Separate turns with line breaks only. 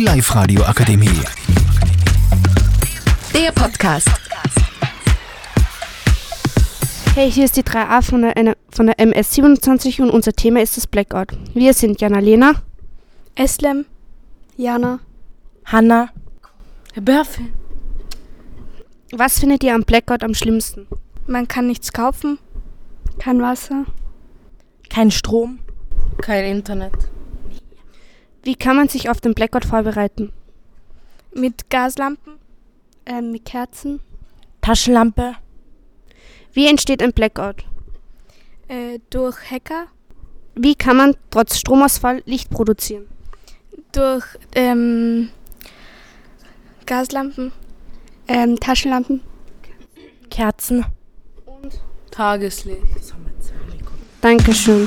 Live radio akademie
Der Podcast.
Hey, hier ist die 3a von der, N- von der MS27 und unser Thema ist das Blackout. Wir sind Jana Lena.
Eslem, Jana,
Hanna,
Was findet ihr am Blackout am schlimmsten?
man kann nichts kaufen, kein Wasser.
kein Strom.
Kein Internet.
Wie kann man sich auf den Blackout vorbereiten?
Mit Gaslampen,
Ähm, mit Kerzen.
Taschenlampe,
Wie entsteht ein Blackout?
äh, durch Hacker,
Wie kann man trotz Stromausfall Licht produzieren?
durch ähm, Gaslampen, ähm, Taschenlampen,
Kerzen.
Tageslicht.
Dankeschön.